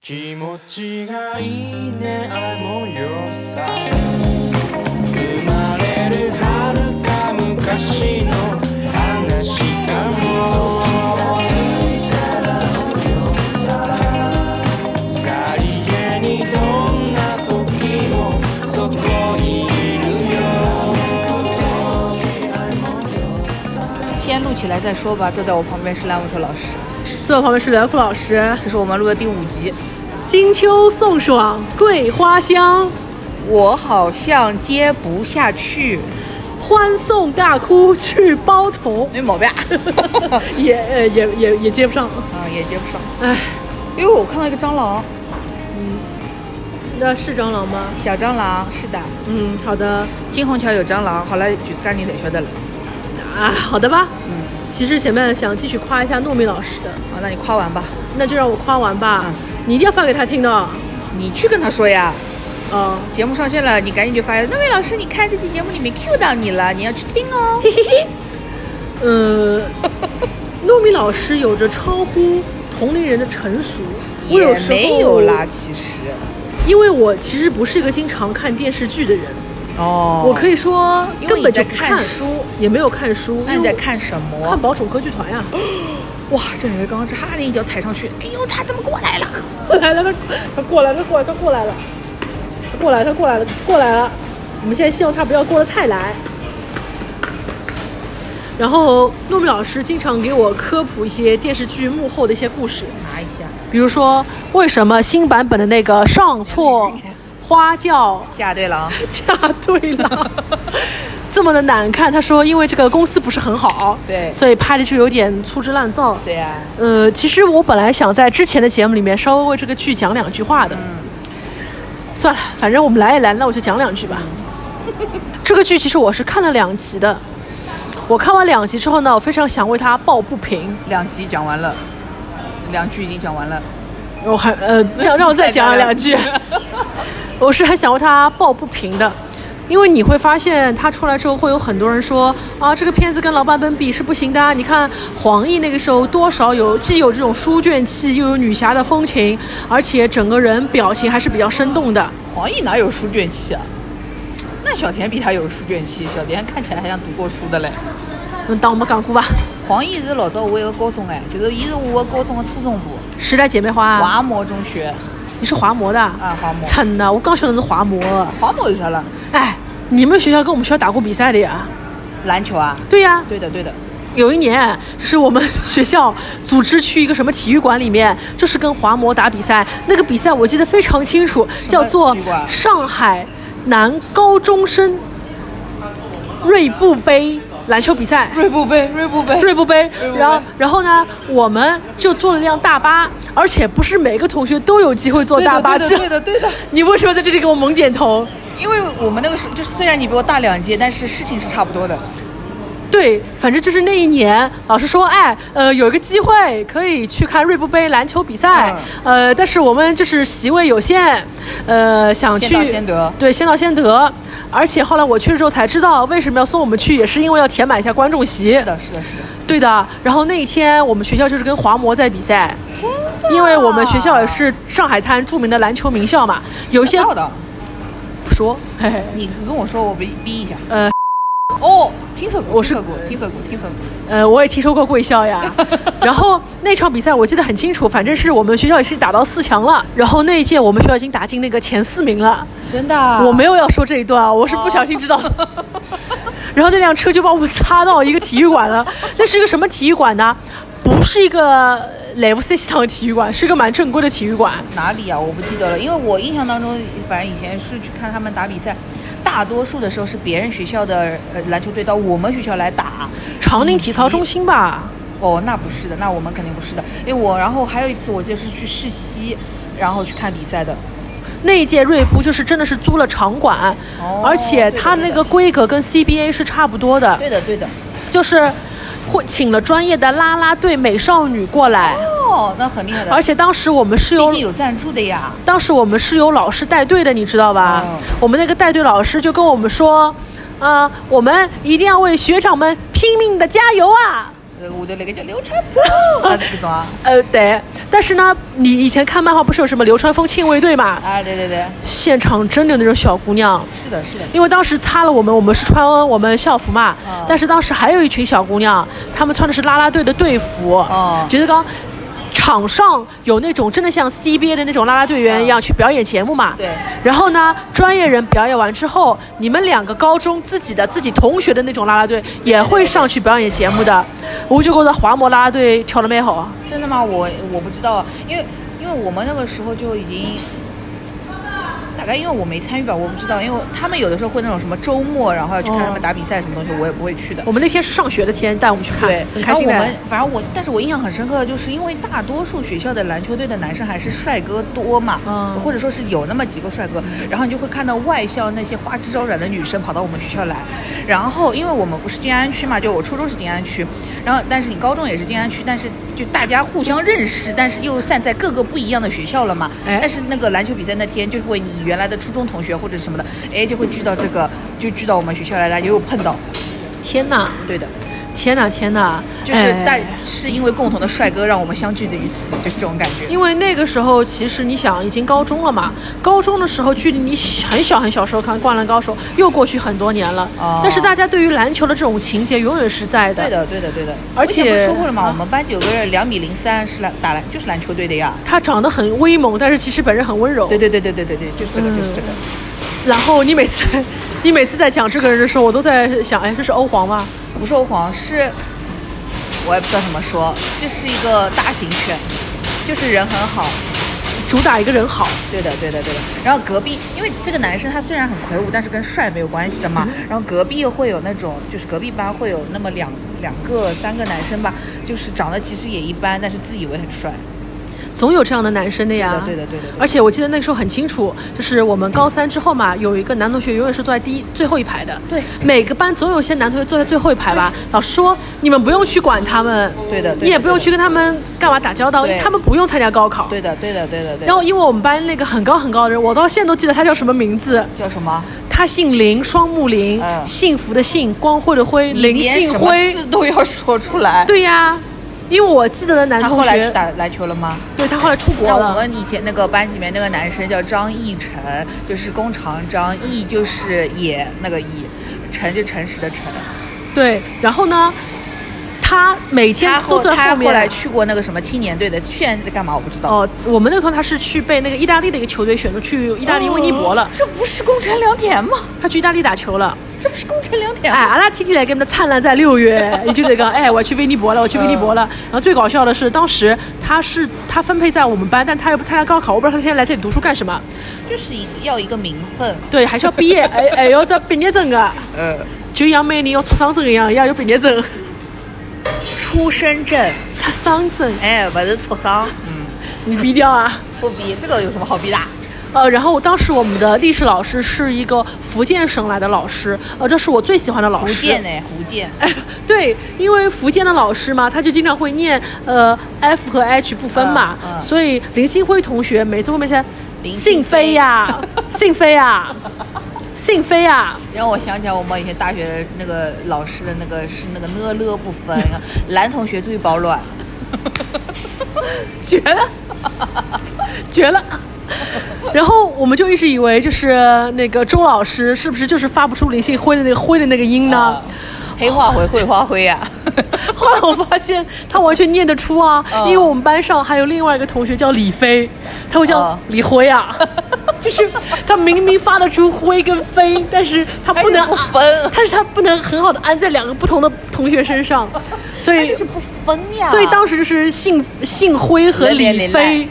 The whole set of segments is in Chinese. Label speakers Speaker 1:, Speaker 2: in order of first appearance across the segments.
Speaker 1: 気持ちがいいね愛もよさ生まれる遥か昔の話かもさりげにどんな時もそこにいる
Speaker 2: 先录起来再说吧。坐在我旁边是蓝文秋老师，
Speaker 3: 坐我旁边是梁酷老师，
Speaker 2: 这是我们录的第五集。
Speaker 3: 金秋送爽，桂花香，
Speaker 2: 我好像接不下去，
Speaker 3: 欢送大哭去包头，
Speaker 2: 没 毛病。
Speaker 3: 也呃也也也接不上，哎
Speaker 2: 啊，也接不上。
Speaker 3: 唉，
Speaker 2: 因为我看到一个蟑螂，
Speaker 3: 那是蟑螂吗？
Speaker 2: 小蟑螂，是的，
Speaker 3: 嗯，好的
Speaker 2: 金虹桥有蟑螂。好了，举三零得学的了。
Speaker 3: 啊，好的吧。
Speaker 2: 嗯
Speaker 3: 其实前面想继续夸一下糯米老师的，
Speaker 2: 啊，那你夸完吧，
Speaker 3: 那就让我夸完
Speaker 2: 嗯
Speaker 3: 吧，你一定要发给他听的。
Speaker 2: 你去跟他说呀。
Speaker 3: 哦，
Speaker 2: 节目上线了，你赶紧去发。那位老师，你看这期节目里面 Q 到你了，你要去听哦。
Speaker 3: 呃，糯米老师有着超乎同龄人的成熟，我有
Speaker 2: 也
Speaker 3: 时候
Speaker 2: 没有啦，，其实。
Speaker 3: 因为我其实不是一个经常看电视剧的人。
Speaker 2: 哦
Speaker 3: 我可以说
Speaker 2: 因为
Speaker 3: 根
Speaker 2: 你
Speaker 3: 本就
Speaker 2: 在
Speaker 3: 不
Speaker 2: 看书，
Speaker 3: 也没有看书，
Speaker 2: 那
Speaker 3: 因
Speaker 2: 你
Speaker 3: 为
Speaker 2: 在
Speaker 3: 我
Speaker 2: 看什
Speaker 3: 看
Speaker 2: 么？
Speaker 3: 宝冢歌剧团呀。
Speaker 2: 哇，郑宇刚刚是哈的一脚踩上去，哎呦，他怎么过来了？
Speaker 3: 过来了，他他过来，他过来，他过来了，他过来，他过来了，过来了。我们现在希望他不要过得太来。然后糯米老师经常给我科普一些电视剧幕后的一些故事，
Speaker 2: 拿一下，
Speaker 3: 比如说为什么新版本的那个上错花轿
Speaker 2: 嫁对啊郎。
Speaker 3: 嫁对了，这么的难看。他说，因为这个公司不是很好，
Speaker 2: 对
Speaker 3: 所以拍的就有点粗制滥造。
Speaker 2: 对啊呀、
Speaker 3: 呃，其实我本来想在之前的节目里面稍微为这个剧讲两句话的，算了，反正我们来也来，那我就讲两句 吧。这个剧其实我是看了两集的，我看完两集之后呢，我非常想为它抱不平，
Speaker 2: 两集讲完了，两句已经讲完 了，
Speaker 3: 我还呃让让我再
Speaker 2: 再讲
Speaker 3: 讲两
Speaker 2: 两句
Speaker 3: 句，我是很想为它抱不平的。因为你会发现，它出来之后会有很多人说啊，这个片子跟老版本比是不行的啊。你看黄奕那个时候多少有既有这种书卷气，又有女侠的风情，而且整个人表情还是比较生动的。
Speaker 2: 黄奕哪有书卷气啊？那小田比他有书卷气，小田看起来还像读过书的嘞。
Speaker 3: 嗯，当我们讲过吧，
Speaker 2: 黄奕是老早我一个高中哎，就是伊是我的高中的初中部，
Speaker 3: 时代姐妹花，
Speaker 2: 华摩中学
Speaker 3: 你是华模的
Speaker 2: 啊
Speaker 3: 啊？
Speaker 2: 华摩。
Speaker 3: 惨呐，我刚学的是华模。
Speaker 2: 华摩有啥了？
Speaker 3: 哎，你们学校跟我们学校打过比赛的呀？
Speaker 2: 篮球啊？
Speaker 3: 对呀、
Speaker 2: 对的对的。
Speaker 3: 有一年，就是我们学校组织去一个什么体育馆里面，就是跟华模打比赛。那个比赛我记得非常清楚，叫做
Speaker 2: 体育馆
Speaker 3: 上海男高中生锐步杯篮球比赛。
Speaker 2: 锐步杯，锐步杯
Speaker 3: 锐步杯，然后然后呢，我们就坐了辆大巴，而且不是每个同学都有机会坐
Speaker 2: 对
Speaker 3: 大
Speaker 2: 的
Speaker 3: 巴
Speaker 2: 对
Speaker 3: 去
Speaker 2: 的。对的对的。
Speaker 3: 你为什么在这里给我猛点头？
Speaker 2: 因为我们那个时候就是虽然你比我大两届，但是事情是差不多的。
Speaker 3: 对，反正就是那一年，老师说，哎，呃，有一个机会可以去看锐步杯篮球比赛，
Speaker 2: 嗯
Speaker 3: 呃，但是我们就是席位有限，呃，想去
Speaker 2: 先到先得
Speaker 3: 对，先到先得。而且后来我去了之后才知道，为什么要送我们去，也是因为要填满一下观众席。
Speaker 2: 是的，是的，是的。
Speaker 3: 对的。然后那一天我们学校就是跟华模在比赛，
Speaker 2: 啊
Speaker 3: 因为我们学校也是上海滩著名的篮球名校嘛，有些
Speaker 2: 道的，
Speaker 3: 不说，嘿 嘿，
Speaker 2: 你跟我说，我逼逼一下。
Speaker 3: 呃。
Speaker 2: 哦，听说过，
Speaker 3: 我是
Speaker 2: 听说过，听说过，听说过。
Speaker 3: 呃，我也听说过贵 校呀。然后那场比赛我记得很清楚，反正是我们学校已经打到四强了。然后那一届我们学校已经打进那个前四名了。
Speaker 2: 真的啊？
Speaker 3: 我没有要说这一段啊，我是不小心 知道的。然后那辆车就把我擦到一个体育馆了，那是一个什么体育馆呢？不是一个 Level Six 堂的体育馆，是一个蛮正规的体育馆。
Speaker 2: 哪里啊？我不记得了，因为我印象当中，反正以前是去看他们打比赛，大多数的时候是别人学校的呃篮球队到我们学校来打。
Speaker 3: 长宁体操中心吧，
Speaker 2: 哦，那不是的，那我们肯定不是的，因为我然后还有一次，我记得是去世溪，然后去看比赛的。
Speaker 3: 那一届锐步就是真的是租了场馆，
Speaker 2: 哦
Speaker 3: 而且它那个规格跟 CBA 是差不多的。
Speaker 2: 对的，对的。
Speaker 3: 就是会请了专业的啦啦队美少女过来，
Speaker 2: 哦，那很厉害的，
Speaker 3: 而且当时我们是
Speaker 2: 毕
Speaker 3: 有
Speaker 2: 竟。有赞助的呀。
Speaker 3: 当时我们是有老师带队的，你知道吧？
Speaker 2: 哦
Speaker 3: 我们那个带队老师就跟呃我们说，啊、我们一定要为学长们拼命的加油啊！
Speaker 2: 搿下头来个叫流川 枫，啊搿种啊，
Speaker 3: 呃，对。但是呢，你以前看漫画不是有什么流川枫亲卫队嘛？
Speaker 2: 啊对对对，
Speaker 3: 现场真的有那种小姑娘，
Speaker 2: 是的，是的，
Speaker 3: 因为当时擦了我们，我们是穿我们校服嘛，
Speaker 2: 嗯
Speaker 3: 但是当时还有一群小姑娘，她们穿的是啦啦队的队服，
Speaker 2: 哦
Speaker 3: 觉得刚。场上有那种真的像 CBA 的那种啦啦队员一样去表演节目嘛？
Speaker 2: 对
Speaker 3: 然后呢，专业人表演完之后，你们两个高中自己的自己同学的那种啦啦队也会上去表演节目的。我就觉得华模啦啦队跳的蛮好啊。
Speaker 2: 真的吗？我我不知道啊，因为因为我们那个时候就已经。大概因为我没参与吧，我不知道，因为他们有的时候会那种什么周末，然后要去看他们打比赛什么东西，我也不会去的。
Speaker 3: 我们那天是上学的天，带我们去看
Speaker 2: 对，，
Speaker 3: 很开心
Speaker 2: 然
Speaker 3: 的
Speaker 2: 后我。们反正我，但是我印象很深刻，的就是因为大多数学校的篮球队的男生还是帅哥多嘛，
Speaker 3: 嗯
Speaker 2: 或者说是有那么几个帅哥，然后你就会看到外校那些花枝招展的女生跑到我们学校来，然后因为我们不是静安区嘛，就我初中是静安区，然后但是你高中也是静安区，但是就大家互相认识，但是又散在各个不一样的学校了嘛，
Speaker 3: 哎
Speaker 2: 但是那个篮球比赛那天就会你原来的初中同学或者什么的，哎就会聚到这个，就聚到我们学校来，大家又碰到，
Speaker 3: 天哪，
Speaker 2: 对的。
Speaker 3: 天哪，天哪！
Speaker 2: 就是
Speaker 3: 哎
Speaker 2: 但是因为共同的帅哥让我们相聚于此，就是这种感觉。
Speaker 3: 因为那个时候，其实你想，已经高中了嘛。高中的时候，距离你很小很小时候看《灌篮高手》又过去很多年了。
Speaker 2: 哦
Speaker 3: 但是大家对于篮球的这种情节永远是在的。
Speaker 2: 对。的，对的，对的。
Speaker 3: 而且
Speaker 2: 我以前不是说过了吗？
Speaker 3: 啊
Speaker 2: 我们班有个人两米零三，是篮打篮就是篮球队的呀。
Speaker 3: 他长得很威猛，但是其实本人很温柔。
Speaker 2: 对对对对对对对，就是这个，就是这个。
Speaker 3: 然后你每次， 你每次在讲这个人的时候，我都在想，哎，这是欧皇吗？
Speaker 2: 不是欧皇，是我也不知道怎么说，这是一个大型犬，就是人很好。
Speaker 3: 主打一个人好，
Speaker 2: 对的，对的，对的。然后隔壁，因为这个男生他虽然很魁梧，但是跟帅没有关系的嘛。然后隔壁又会有那种，就是隔壁班会有那么两两个、三个男生吧，就是长得其实也一般，但是自以为很帅。
Speaker 3: 总有这样的男生的呀。
Speaker 2: 对的对的对的对的
Speaker 3: 啊而且我记得那个时候很清楚，就是我们高三之后嘛，有一个男同学永远是坐在第一最后一排的。
Speaker 2: 对
Speaker 3: 每个班总有些男同学坐在最后一排吧。老师说你们不用去管他们，
Speaker 2: 嗯对的对的
Speaker 3: 你也不用去跟他们干嘛打交道，
Speaker 2: 对
Speaker 3: 因为他们不用参加高考。
Speaker 2: 对的，对的，对的，对的。
Speaker 3: 然后，因为我们班那个很高很高的人，我到现在都记得他叫什么名字。
Speaker 2: 叫什么？
Speaker 3: 他姓林，双木林，
Speaker 2: 嗯
Speaker 3: 幸福的幸，光辉的辉，林
Speaker 2: 连
Speaker 3: 姓
Speaker 2: 什么
Speaker 3: 辉。
Speaker 2: 字都要说出来。
Speaker 3: 对呀，因为我记得的男
Speaker 2: 他
Speaker 3: 同
Speaker 2: 后来去
Speaker 3: 学，
Speaker 2: 打篮球了吗？
Speaker 3: 对他后来出国
Speaker 2: 在
Speaker 3: 了。
Speaker 2: 我们以前那个班级里面，那个男生叫张义成，就是弓长张，义就是野那个义，诚就诚实的诚。
Speaker 3: 对，然后呢，他每天
Speaker 2: 他
Speaker 3: 都
Speaker 2: 后
Speaker 3: 在
Speaker 2: 他
Speaker 3: 后面。
Speaker 2: 后来去过那个什么青年队的，现在在干嘛我不知道。
Speaker 3: 哦，我们那个时候他是去被那个意大利的一个球队选出去意大利威尼伯了，
Speaker 2: 哦这不是功成良田吗？
Speaker 3: 他去意大利打球了。
Speaker 2: 这不是功成良田
Speaker 3: 哎，
Speaker 2: 吗？
Speaker 3: 阿拉天天来给他们灿烂在六 月，也就那个哎，我去威尼伯了，我去威尼伯了。然后最搞笑的是，当时他是他分配在我们班，但他又不参加高考，我不知道他天天来这里读书干什么。
Speaker 2: 就是要一个名分。
Speaker 3: 对，还是要毕 业，哎哎，要这毕业证的，
Speaker 2: 呃，
Speaker 3: 就像每年要出生证一样，要有毕业证、
Speaker 2: 出生证，
Speaker 3: 出生证，
Speaker 2: 哎，不是出生，嗯，
Speaker 3: 你逼掉啊！
Speaker 2: 不比这个有什么好比的？
Speaker 3: 呃，然后当时我们的历史老师是一个福建省来的老师，呃，这是我最喜欢的老
Speaker 2: 福
Speaker 3: 师。
Speaker 2: 建呢？福 建，
Speaker 3: 哎，对，因为福建的老师嘛，他就经常会念呃 F 和 H 不分嘛，
Speaker 2: 嗯嗯
Speaker 3: 所以林新辉同学每次后面先
Speaker 2: 林
Speaker 3: 信
Speaker 2: 信
Speaker 3: 飞
Speaker 2: 飞
Speaker 3: 呀，信飞呀，信飞呀，
Speaker 2: 让我想起来我们以前大学那个老师的那个是那个呢了不分， 男同学最保暖。
Speaker 3: 绝了， 绝了。然后我们就一直以为就是那个周老师是不是就是发不出林信辉的那个辉 的那个音呢？
Speaker 2: 啊黑化灰，会化灰啊呀、
Speaker 3: 后来我发现他完全念得出啊，
Speaker 2: 嗯
Speaker 3: 因为我们班上还有另外一个同学叫李飞，他会叫
Speaker 2: 哦
Speaker 3: 李 辉啊，就是他明明发得出辉跟飞，但是 他 不能
Speaker 2: 还是不 分
Speaker 3: 但是他不能很好的安在两个不同的同学身上，所以
Speaker 2: 哎就是不分呀。
Speaker 3: 所以当时就是姓姓辉和
Speaker 2: 榴莲
Speaker 3: 李
Speaker 2: 林来
Speaker 3: 飞，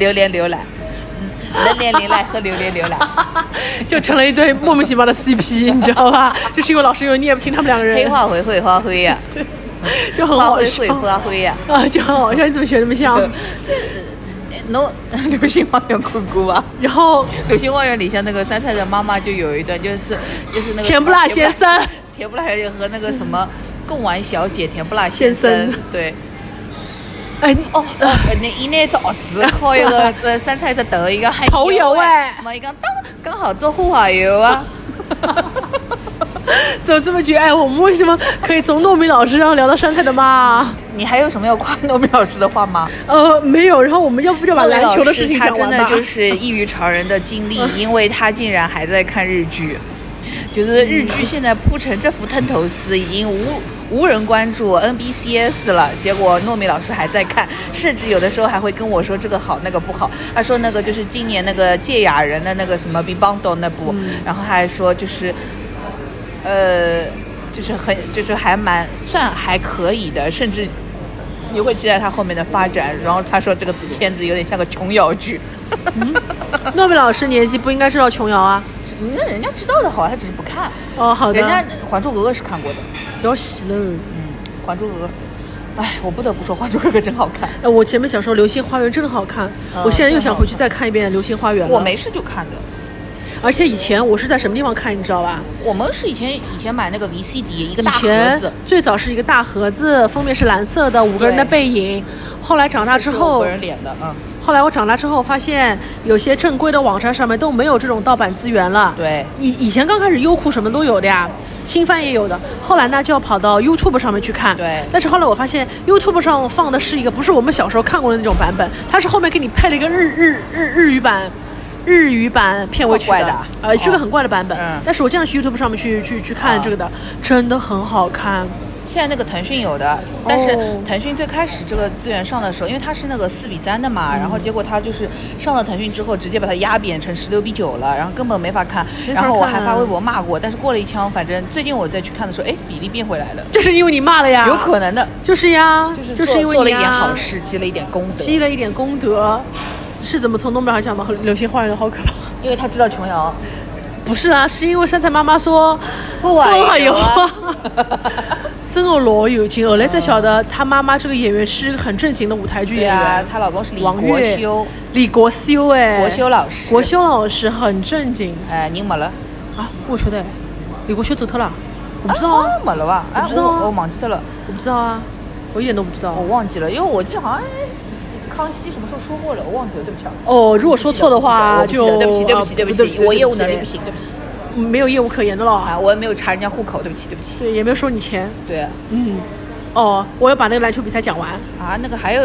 Speaker 2: 榴莲浏览，嗯，榴莲浏览和榴莲 浏览，
Speaker 3: 就成了一对莫名其妙 的 CP，你知道吧？就是因为老师又念不清他们两个
Speaker 2: 黑
Speaker 3: 人，
Speaker 2: 化灰，会化灰呀、
Speaker 3: 就很
Speaker 2: 化
Speaker 3: 好
Speaker 2: 灰
Speaker 3: 笑
Speaker 2: 会化灰 呀、
Speaker 3: 啊，就很好笑，你怎么学那么像？
Speaker 2: 侬 流星花园看过啊？
Speaker 3: 然后
Speaker 2: 流星花园里像那个杉菜的妈妈就有一段，就是就是那个
Speaker 3: 甜不辣先生。
Speaker 2: 甜不辣小姐和那个什么贡丸小姐甜不辣
Speaker 3: 先
Speaker 2: 生
Speaker 3: 生，
Speaker 2: 对。
Speaker 3: 哎
Speaker 2: 哦，呃，你伊拿一只盒子敲一 个呃生菜只头，伊讲还
Speaker 3: 头油哎
Speaker 2: 嘛伊讲当刚好做花花油啊，
Speaker 3: 怎么这么绝？哎，我们为什么可以从糯米老师然后聊到杉菜的妈啊？
Speaker 2: 你还有什么要夸 糯米老师的话吗？
Speaker 3: 呃，没有。然后我们要不就把篮球的事情
Speaker 2: 他
Speaker 3: 讲
Speaker 2: 真
Speaker 3: 完吧？
Speaker 2: 的
Speaker 3: 嗯
Speaker 2: 就是 异于常人的经历，因为他竟然还在看日剧，就是日
Speaker 3: 嗯
Speaker 2: 剧现在铺成这副滩头丝，已经无无人关注 NBCS 了。结果糯米老师还在看，甚至有的时候还会跟我说这个好那个不好。他说那个就是今年那个芥雅人的那个什么《b i b a n g 那部，
Speaker 3: 嗯
Speaker 2: 然后他还说就是，呃，就是很就是还蛮算还可以的，甚至。你会期待它后面的发展，然后他说这个片子有点像个琼瑶剧，
Speaker 3: 糯米老师年纪不应该知道琼瑶啊。
Speaker 2: 那嗯人家知道的好，他只是不看。
Speaker 3: 哦，好的。
Speaker 2: 人家《还珠格格》是看过的，
Speaker 3: 要洗了。
Speaker 2: 《还珠格格》，哎，我不得不说，《还珠格格》真好看，
Speaker 3: 哎，我前面想说《流星花园》真的好看，
Speaker 2: 嗯
Speaker 3: 我现在又想回去再看一遍《流星花园》了。
Speaker 2: 我没，事就看的。
Speaker 3: 而且以前我是在什么地方看，你知道吧？
Speaker 2: 我们是以前以前买那个 VCD，一个
Speaker 3: 以
Speaker 2: 大盒
Speaker 3: 前
Speaker 2: 子，
Speaker 3: 最早是一个大盒子，封面是蓝色的，五个人的
Speaker 2: 对
Speaker 3: 背影。后来长大之
Speaker 2: 是
Speaker 3: 后
Speaker 2: 个，人脸的，嗯，
Speaker 3: 后来我长大之后发现，有些正规的网站上面都没有这种盗版资源了。
Speaker 2: 对，
Speaker 3: 以以前刚开始优酷什么都有的呀，新番也有的。后来呢，就要跑到 YouTube 上面去看。
Speaker 2: 对
Speaker 3: 但是后来我发现 YouTube 上放的是一个不是我们小时候看过的那种版本，它是后面给你配了一个日日日日语版。日语版片尾曲
Speaker 2: 怪的啊
Speaker 3: 呃，是个很怪的版本，
Speaker 2: 嗯
Speaker 3: 但是我经常去 YouTube 上面去去去看
Speaker 2: 啊
Speaker 3: 这个的，真的很好看。
Speaker 2: 现在那个腾讯有的，但是
Speaker 3: 哦
Speaker 2: 腾讯最开始这个资源上的时候，因为它是那个四比三的
Speaker 3: 嗯
Speaker 2: 嘛，然后结果它就是上了腾讯之后，直接把它压扁成十六比九了，然后根本没法看。
Speaker 3: 没法
Speaker 2: 然后我
Speaker 3: 看
Speaker 2: 还
Speaker 3: 啊
Speaker 2: 发微博骂过，但是过了一枪，反正最近我再去看的时候，哎，比例变回来了，
Speaker 3: 这是因为你骂了呀？
Speaker 2: 有可能的，
Speaker 3: 啊就是呀，
Speaker 2: 就是是
Speaker 3: 因为
Speaker 2: 做了
Speaker 3: 你
Speaker 2: 一点
Speaker 3: 呀
Speaker 2: 好事，积了一点功德，
Speaker 3: 积了一点功德，是怎么从东边上讲到流星花园的好可怕？
Speaker 2: 因为他知道琼瑶
Speaker 3: 不是啊，是因为杉菜妈妈说
Speaker 2: 不
Speaker 3: 都还有
Speaker 2: 啊
Speaker 3: 啊， 真的老有劲。后来才晓得，她妈妈这个演员是一个很正经的舞台剧
Speaker 2: 对
Speaker 3: 演
Speaker 2: 啊
Speaker 3: 员，，
Speaker 2: 她老公是李
Speaker 3: 王
Speaker 2: 国
Speaker 3: 岳
Speaker 2: 修，
Speaker 3: 李国修哎，
Speaker 2: 国修老师，
Speaker 3: 国，修老师很正经
Speaker 2: 哎，您没了。
Speaker 3: 啊，我晓得，李国修走脱了，我不知道
Speaker 2: 好
Speaker 3: 啊，
Speaker 2: 像没了吧？哎
Speaker 3: 我不知道啊
Speaker 2: 我我忘记掉了。
Speaker 3: 我不知道啊，我一点都不知道
Speaker 2: 我。忘记了，因为我记得好像康熙什么时候说过了，我忘记了，对不起啊。
Speaker 3: 哦，如果说错的话
Speaker 2: 我不记得
Speaker 3: 就
Speaker 2: 我不记得对不
Speaker 3: 啊
Speaker 2: 起，对不起，对
Speaker 3: 对不
Speaker 2: 不
Speaker 3: 起
Speaker 2: 起，我业务能力
Speaker 3: 对
Speaker 2: 不
Speaker 3: 起
Speaker 2: 行，对不起
Speaker 3: 没有业务可言的了，
Speaker 2: 啊，我也没有查人家户口，对不起，对不起。
Speaker 3: 对，也没有收你钱。
Speaker 2: 对啊，
Speaker 3: 嗯，哦，我要把那个篮球比赛讲完。
Speaker 2: 那个还有，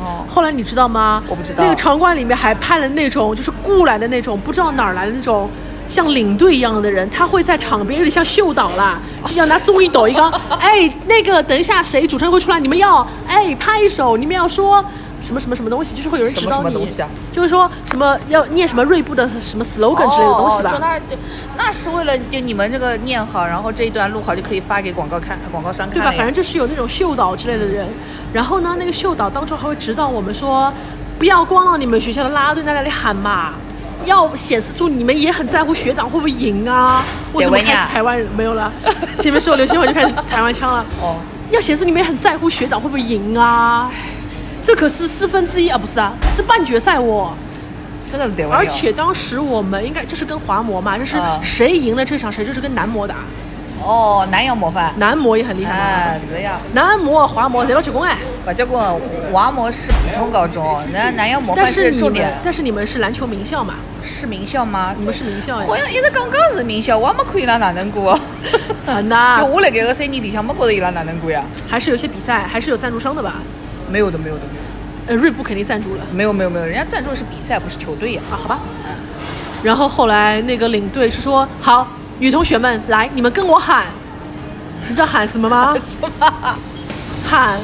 Speaker 2: 哦，
Speaker 3: 后来你知道吗？
Speaker 2: 我不知道
Speaker 3: 那个场馆里面还派了那种就是雇来的那种不知道哪儿来的那种像领队一样的人，他会在场边有点像秀导啦，
Speaker 2: 哦
Speaker 3: 就像拿综艺抖 一个，哎，那个等一下谁主持人会出来，你们要哎拍手，你们要说。什么什么什么东西，就是会有人指导
Speaker 2: 什么
Speaker 3: 你，
Speaker 2: 什么东西啊
Speaker 3: 就是说什么要念什么锐步的什么 slogan 之类的东西吧。
Speaker 2: 哦就那就那是为了就你们这个念好，然后这一段录好就可以发给广告看，广告商看
Speaker 3: 对吧？
Speaker 2: 了呀
Speaker 3: 反正就是有那种秀导之类的人，然后呢，那个秀导当初还会指导我们说，不要光让你们学校的啦啦队在那里喊嘛，要显示出你们也很在乎学长会不会赢啊。为什么
Speaker 2: 维尼
Speaker 3: 开
Speaker 2: 亚
Speaker 3: 始台湾人没有了？前面说刘星华就开始台湾腔了。
Speaker 2: 哦，
Speaker 3: 要显示你们也很在乎学长会不会赢啊。这可是四分之一啊，不是啊，是半决赛哦。
Speaker 2: 这个是得问
Speaker 3: 而且当时我们应该这是跟华模嘛，就是
Speaker 2: 啊
Speaker 3: 谁赢了这场谁就是跟男模打，
Speaker 2: 哦，南洋模范，
Speaker 3: 男模也很厉害嘛。
Speaker 2: 哎，是呀，
Speaker 3: 男模、华模，侪老结棍哎。
Speaker 2: 我结果娃模是普通高中，人家南洋模范
Speaker 3: 但是你
Speaker 2: 重
Speaker 3: 们
Speaker 2: 点，
Speaker 3: 但是你们是篮球名校嘛？
Speaker 2: 是名校吗？
Speaker 3: 你们是名校
Speaker 2: 好
Speaker 3: 呀？
Speaker 2: 像一直讲讲是名校，我也没看伊拉哪能过。
Speaker 3: 真的
Speaker 2: 就我辣盖个三年里向没觉着伊拉哪能过呀？
Speaker 3: 还是有些比赛，还是有赞助商的吧？
Speaker 2: 没有的，没有的，
Speaker 3: 呃，锐步肯定赞助了
Speaker 2: 没有的，没有没有没有，人家赞助的是比赛，不是球队呀。
Speaker 3: 啊，好吧。然后后来那个领队是说：“好，女同学们，来，你们跟我喊，你知道喊什么吗？
Speaker 2: 什么？
Speaker 3: 喊